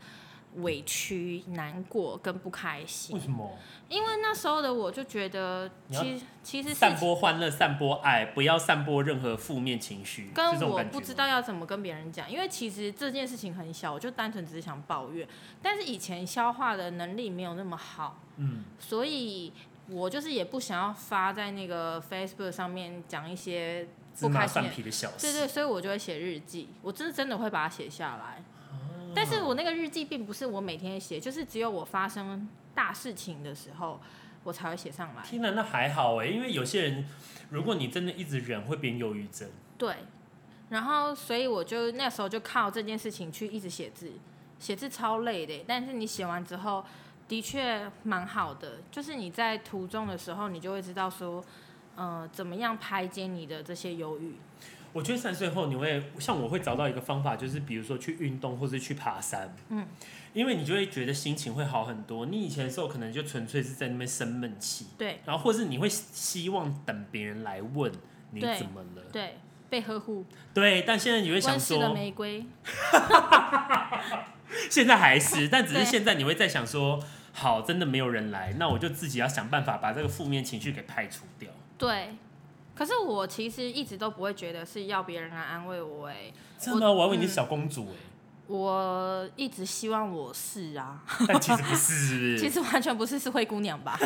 B: 委屈、难过跟不开
A: 为
B: 心，
A: 什么？
B: 因为那时候的我就觉得，
A: 哦你要
B: 其实其实是
A: 散播欢乐，散播爱，不要散播任何负面情绪，是
B: 跟
A: 这种
B: 我
A: 感觉
B: 不
A: 吗
B: 知道要怎么跟别人讲，因为其实这件事情很小，我就单纯只是想抱怨。但是以前消化的能力没有那么好，
A: 嗯，
B: 所以我就是也不想要发在那个 Facebook 上面讲一些
A: 芝
B: 不
A: 麻
B: 开心
A: 蒜
B: 的。
A: 皮的小事。
B: 对对，所以我就会写日记，我真的真的会把它写下来。
A: 啊
B: 但是我那个日记并不是我每天写，就是只有我发生大事情的时候，我才会写上来。
A: 天哪，那还好哎，因为有些人，如果你真的一直忍，会变忧郁症。
B: 对，然后所以我就那时候就靠这件事情去一直写字，写字超累的，欸但是你写完之后的确蛮好的，就是你在途中的时候，你就会知道说，呃，怎么样排解你的这些忧郁。
A: 我觉得三十岁后，你会像我会找到一个方法，就是比如说去运动或是去爬山，
B: 嗯，
A: 因为你就会觉得心情会好很多。你以前的时候可能就纯粹是在那边生闷气，
B: 对
A: 然后或是你会希望等别人来问你
B: 对
A: 怎么了，
B: 对，被呵护，
A: 对，但现在你会想
B: 温室的
A: 说，
B: 玫瑰。
A: 现在还 是，但只是
B: 对
A: 现在你会在想说，好，真的没有人来，那我就自己要想办法把这个负面情绪给排除掉。
B: 对，可是我其实一直都不会觉得是要别人来安慰我，哎，
A: 真的吗，啊我还以为你是小公主哎、
B: 我一直希望我是啊。
A: 但其实不是，是 不是
B: 其实完全不是是灰姑 娘吧，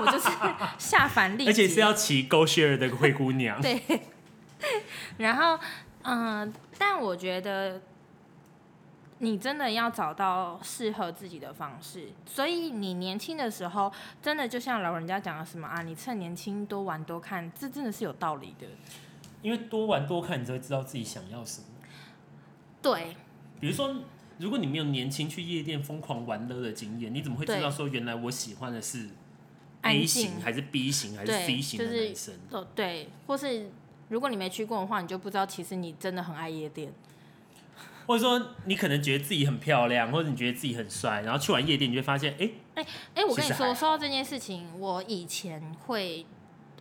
B: 我就是下凡历劫，
A: 而且是要骑 Go Share 的灰姑 娘。
B: 对。然后，嗯、但我觉得你真的要找到适合自己的方式。所以你年轻的时候，真的就像老人家讲的什么啊，你趁年轻多玩多看，这真的是有道理的。
A: 因为多玩多看，你才会知道自己想要什么。
B: 对，
A: 比如说，如果你没有年轻去夜店疯狂玩乐的经验，你怎么会知
B: 对
A: 道说原来我喜欢的是
B: 安
A: A
B: 静
A: 型还是 B 型还是
B: 对
A: C 型的
B: 就是
A: 男生？
B: 哦，对，或是如果你没去过的话，你就不知道其实你真的很爱夜店。
A: 或者说，你可能觉得自己很漂亮，或者你觉得自己很帅，然后去完夜店，你就会发现，哎、
B: 哎、我跟你
A: 其实还
B: 说，
A: 好
B: 说到这件事情，我以前会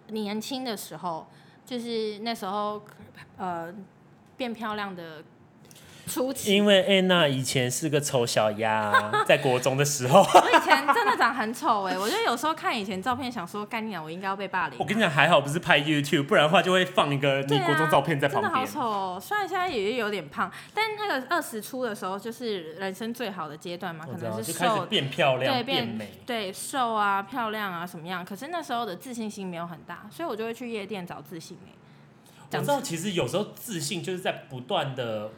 B: 年轻的时候，就是那时候呃变漂亮的初期，
A: 因为安娜以前是个丑小鸭， 在国中的时候，
B: 我以前真的长很丑哎、我就有时候看以前照片，想说干你啊，我应该要被霸凌
A: 我。跟你讲，还好不是拍 YouTube，不然的话就会放一个你
B: 对啊
A: 国中照片在旁
B: 真的好
A: 边。
B: 丑哦！虽然现在也有点胖，但那个二十出的时候就是人生最好的阶段嘛，
A: 我
B: 啊可
A: 知道
B: 能是
A: 就开始
B: 瘦，
A: 变漂亮、
B: 对
A: 变
B: 变
A: 美。
B: 对瘦啊、漂亮啊什么样。可是那时候的自信心没有很大，所以我就会去夜店找自信哎、
A: 我
B: 讲
A: 知道，其实有时候自信就是在不断的，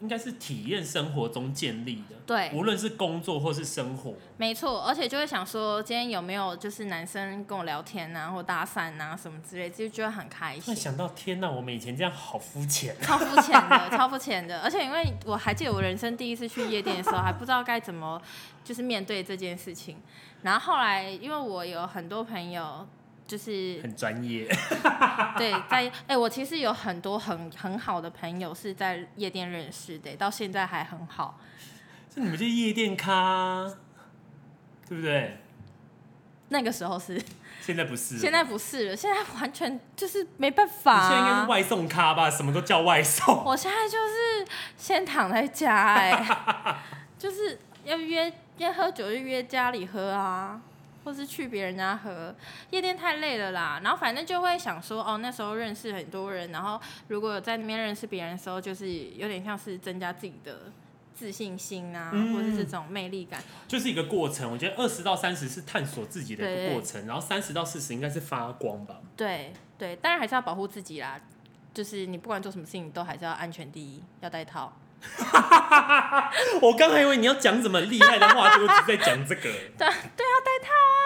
A: 应该是体验生活中建立的。
B: 对
A: 无论是工作或是生活，
B: 没错，而且就会想说，今天有没有就是男生跟我聊天啊，或搭讪啊什么之类，就觉得很开
A: 突然
B: 心。
A: 想到，天哪，我们以前这样好肤 浅。
B: 超肤浅的，超肤浅的，而且因为我还记得我人生第一次去夜店的时候，还不知道该怎么就是面对这件事情。然后后来，因为我有很多朋友，就是
A: 很专业，
B: 对在哎、我其实有很多很很好的朋友是在夜店认识的，到现在还很好。
A: 就你们这夜店咖，啊对不对？
B: 那个时候是，
A: 现在不是了，
B: 现在不是了，现在完全就是没办法、
A: 你
B: 啊。
A: 现在应该是外送咖吧？什么都叫外送。
B: 我现在就是先躺在家、哎，就是要约要喝酒就约家里喝啊，或是去别人家喝。夜店太累了啦，然后反正就会想说，哦，那时候认识很多人，然后如果有在那边认识别人的时候，就是有点像是增加自己的自信心啊，
A: 嗯
B: 或是这种魅力感。
A: 就是一个过程。我觉得二十到三十是探索自己的一
B: 对
A: 个过程，然后三十到四十应该是发光吧。
B: 对对，当然还是要保护自己啦，就是你不管做什么事情，都还是要安全第一，要戴套。
A: 我刚还以为你要讲什么厉害的话，结果只在讲这个。
B: 对对啊，戴套啊，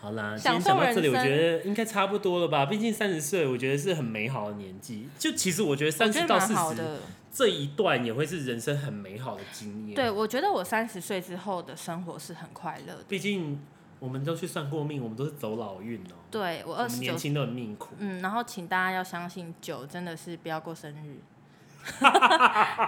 A: 好啦，今
B: 享
A: 天
B: 受
A: 讲到这里，
B: 人
A: 我
B: 生
A: 觉得应该差不多了吧？毕竟三十岁，我觉得是很美好的年纪。就其实我觉得
B: 我
A: 三
B: 觉
A: 十
B: 得
A: 到
B: 蛮
A: 四
B: 好
A: 十
B: 的。
A: 这一段也会是人生很美好的经验。
B: 对，，我觉得我三十岁之后的生活是很快乐的。
A: 毕竟我们都去算过命，我们都是走老运哦、
B: 对我
A: 我
B: 二
A: 们
B: 十
A: 年
B: 九，
A: 轻都很命苦。
B: 嗯，然后请大家要相信酒真的是不要过生 日，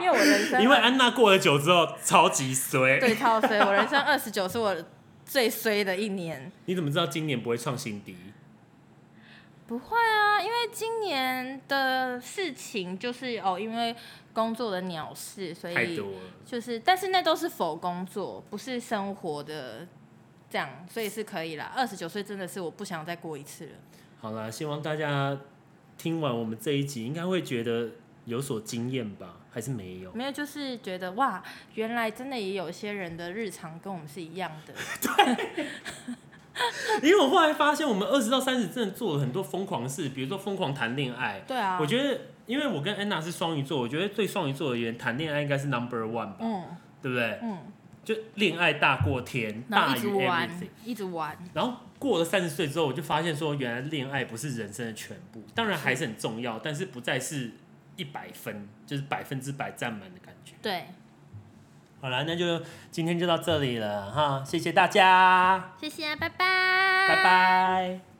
B: 因为我人生
A: 因为安娜过了酒之后超级衰，
B: 对超衰，我人生二十九是我最衰的一年。
A: 你怎么知道今年不会创新低？
B: 不会啊，因为今年的事情就是哦，因为工作的鸟事，所
A: 太
B: 以
A: 多了。
B: 就是，但是那都是否工作，不是生活的这样，所以是可以啦。二十九岁真的是我不想再过一次了。
A: 好啦，希望大家听完我们这一集，应该会觉得有所经验吧？还是没有？
B: 没有，就是觉得哇，原来真的也有一些人的日常跟我们是一样的。
A: 因为我后来发现，我们二十到三十真的做了很多疯狂的事，比如说疯狂谈恋爱。
B: 对啊，
A: 我觉得，因为我跟安娜是双鱼座，我觉得对双鱼座而言，谈恋爱应该是 number one 吧，
B: 嗯
A: 对不对？
B: 嗯，
A: 就恋爱大过天，
B: 然后
A: 大
B: 一
A: 于
B: 直
A: everything
B: 玩。，一直玩，
A: 然后过了三十岁之后，我就发现说，原来恋爱不是人生的全部，当然还是很重要，但是不再是一百分，就是百分之百占满的感觉。
B: 对，
A: 好了，那就今天就到这里了哈，谢谢大家，
B: 谢谢，拜拜，
A: 拜。拜。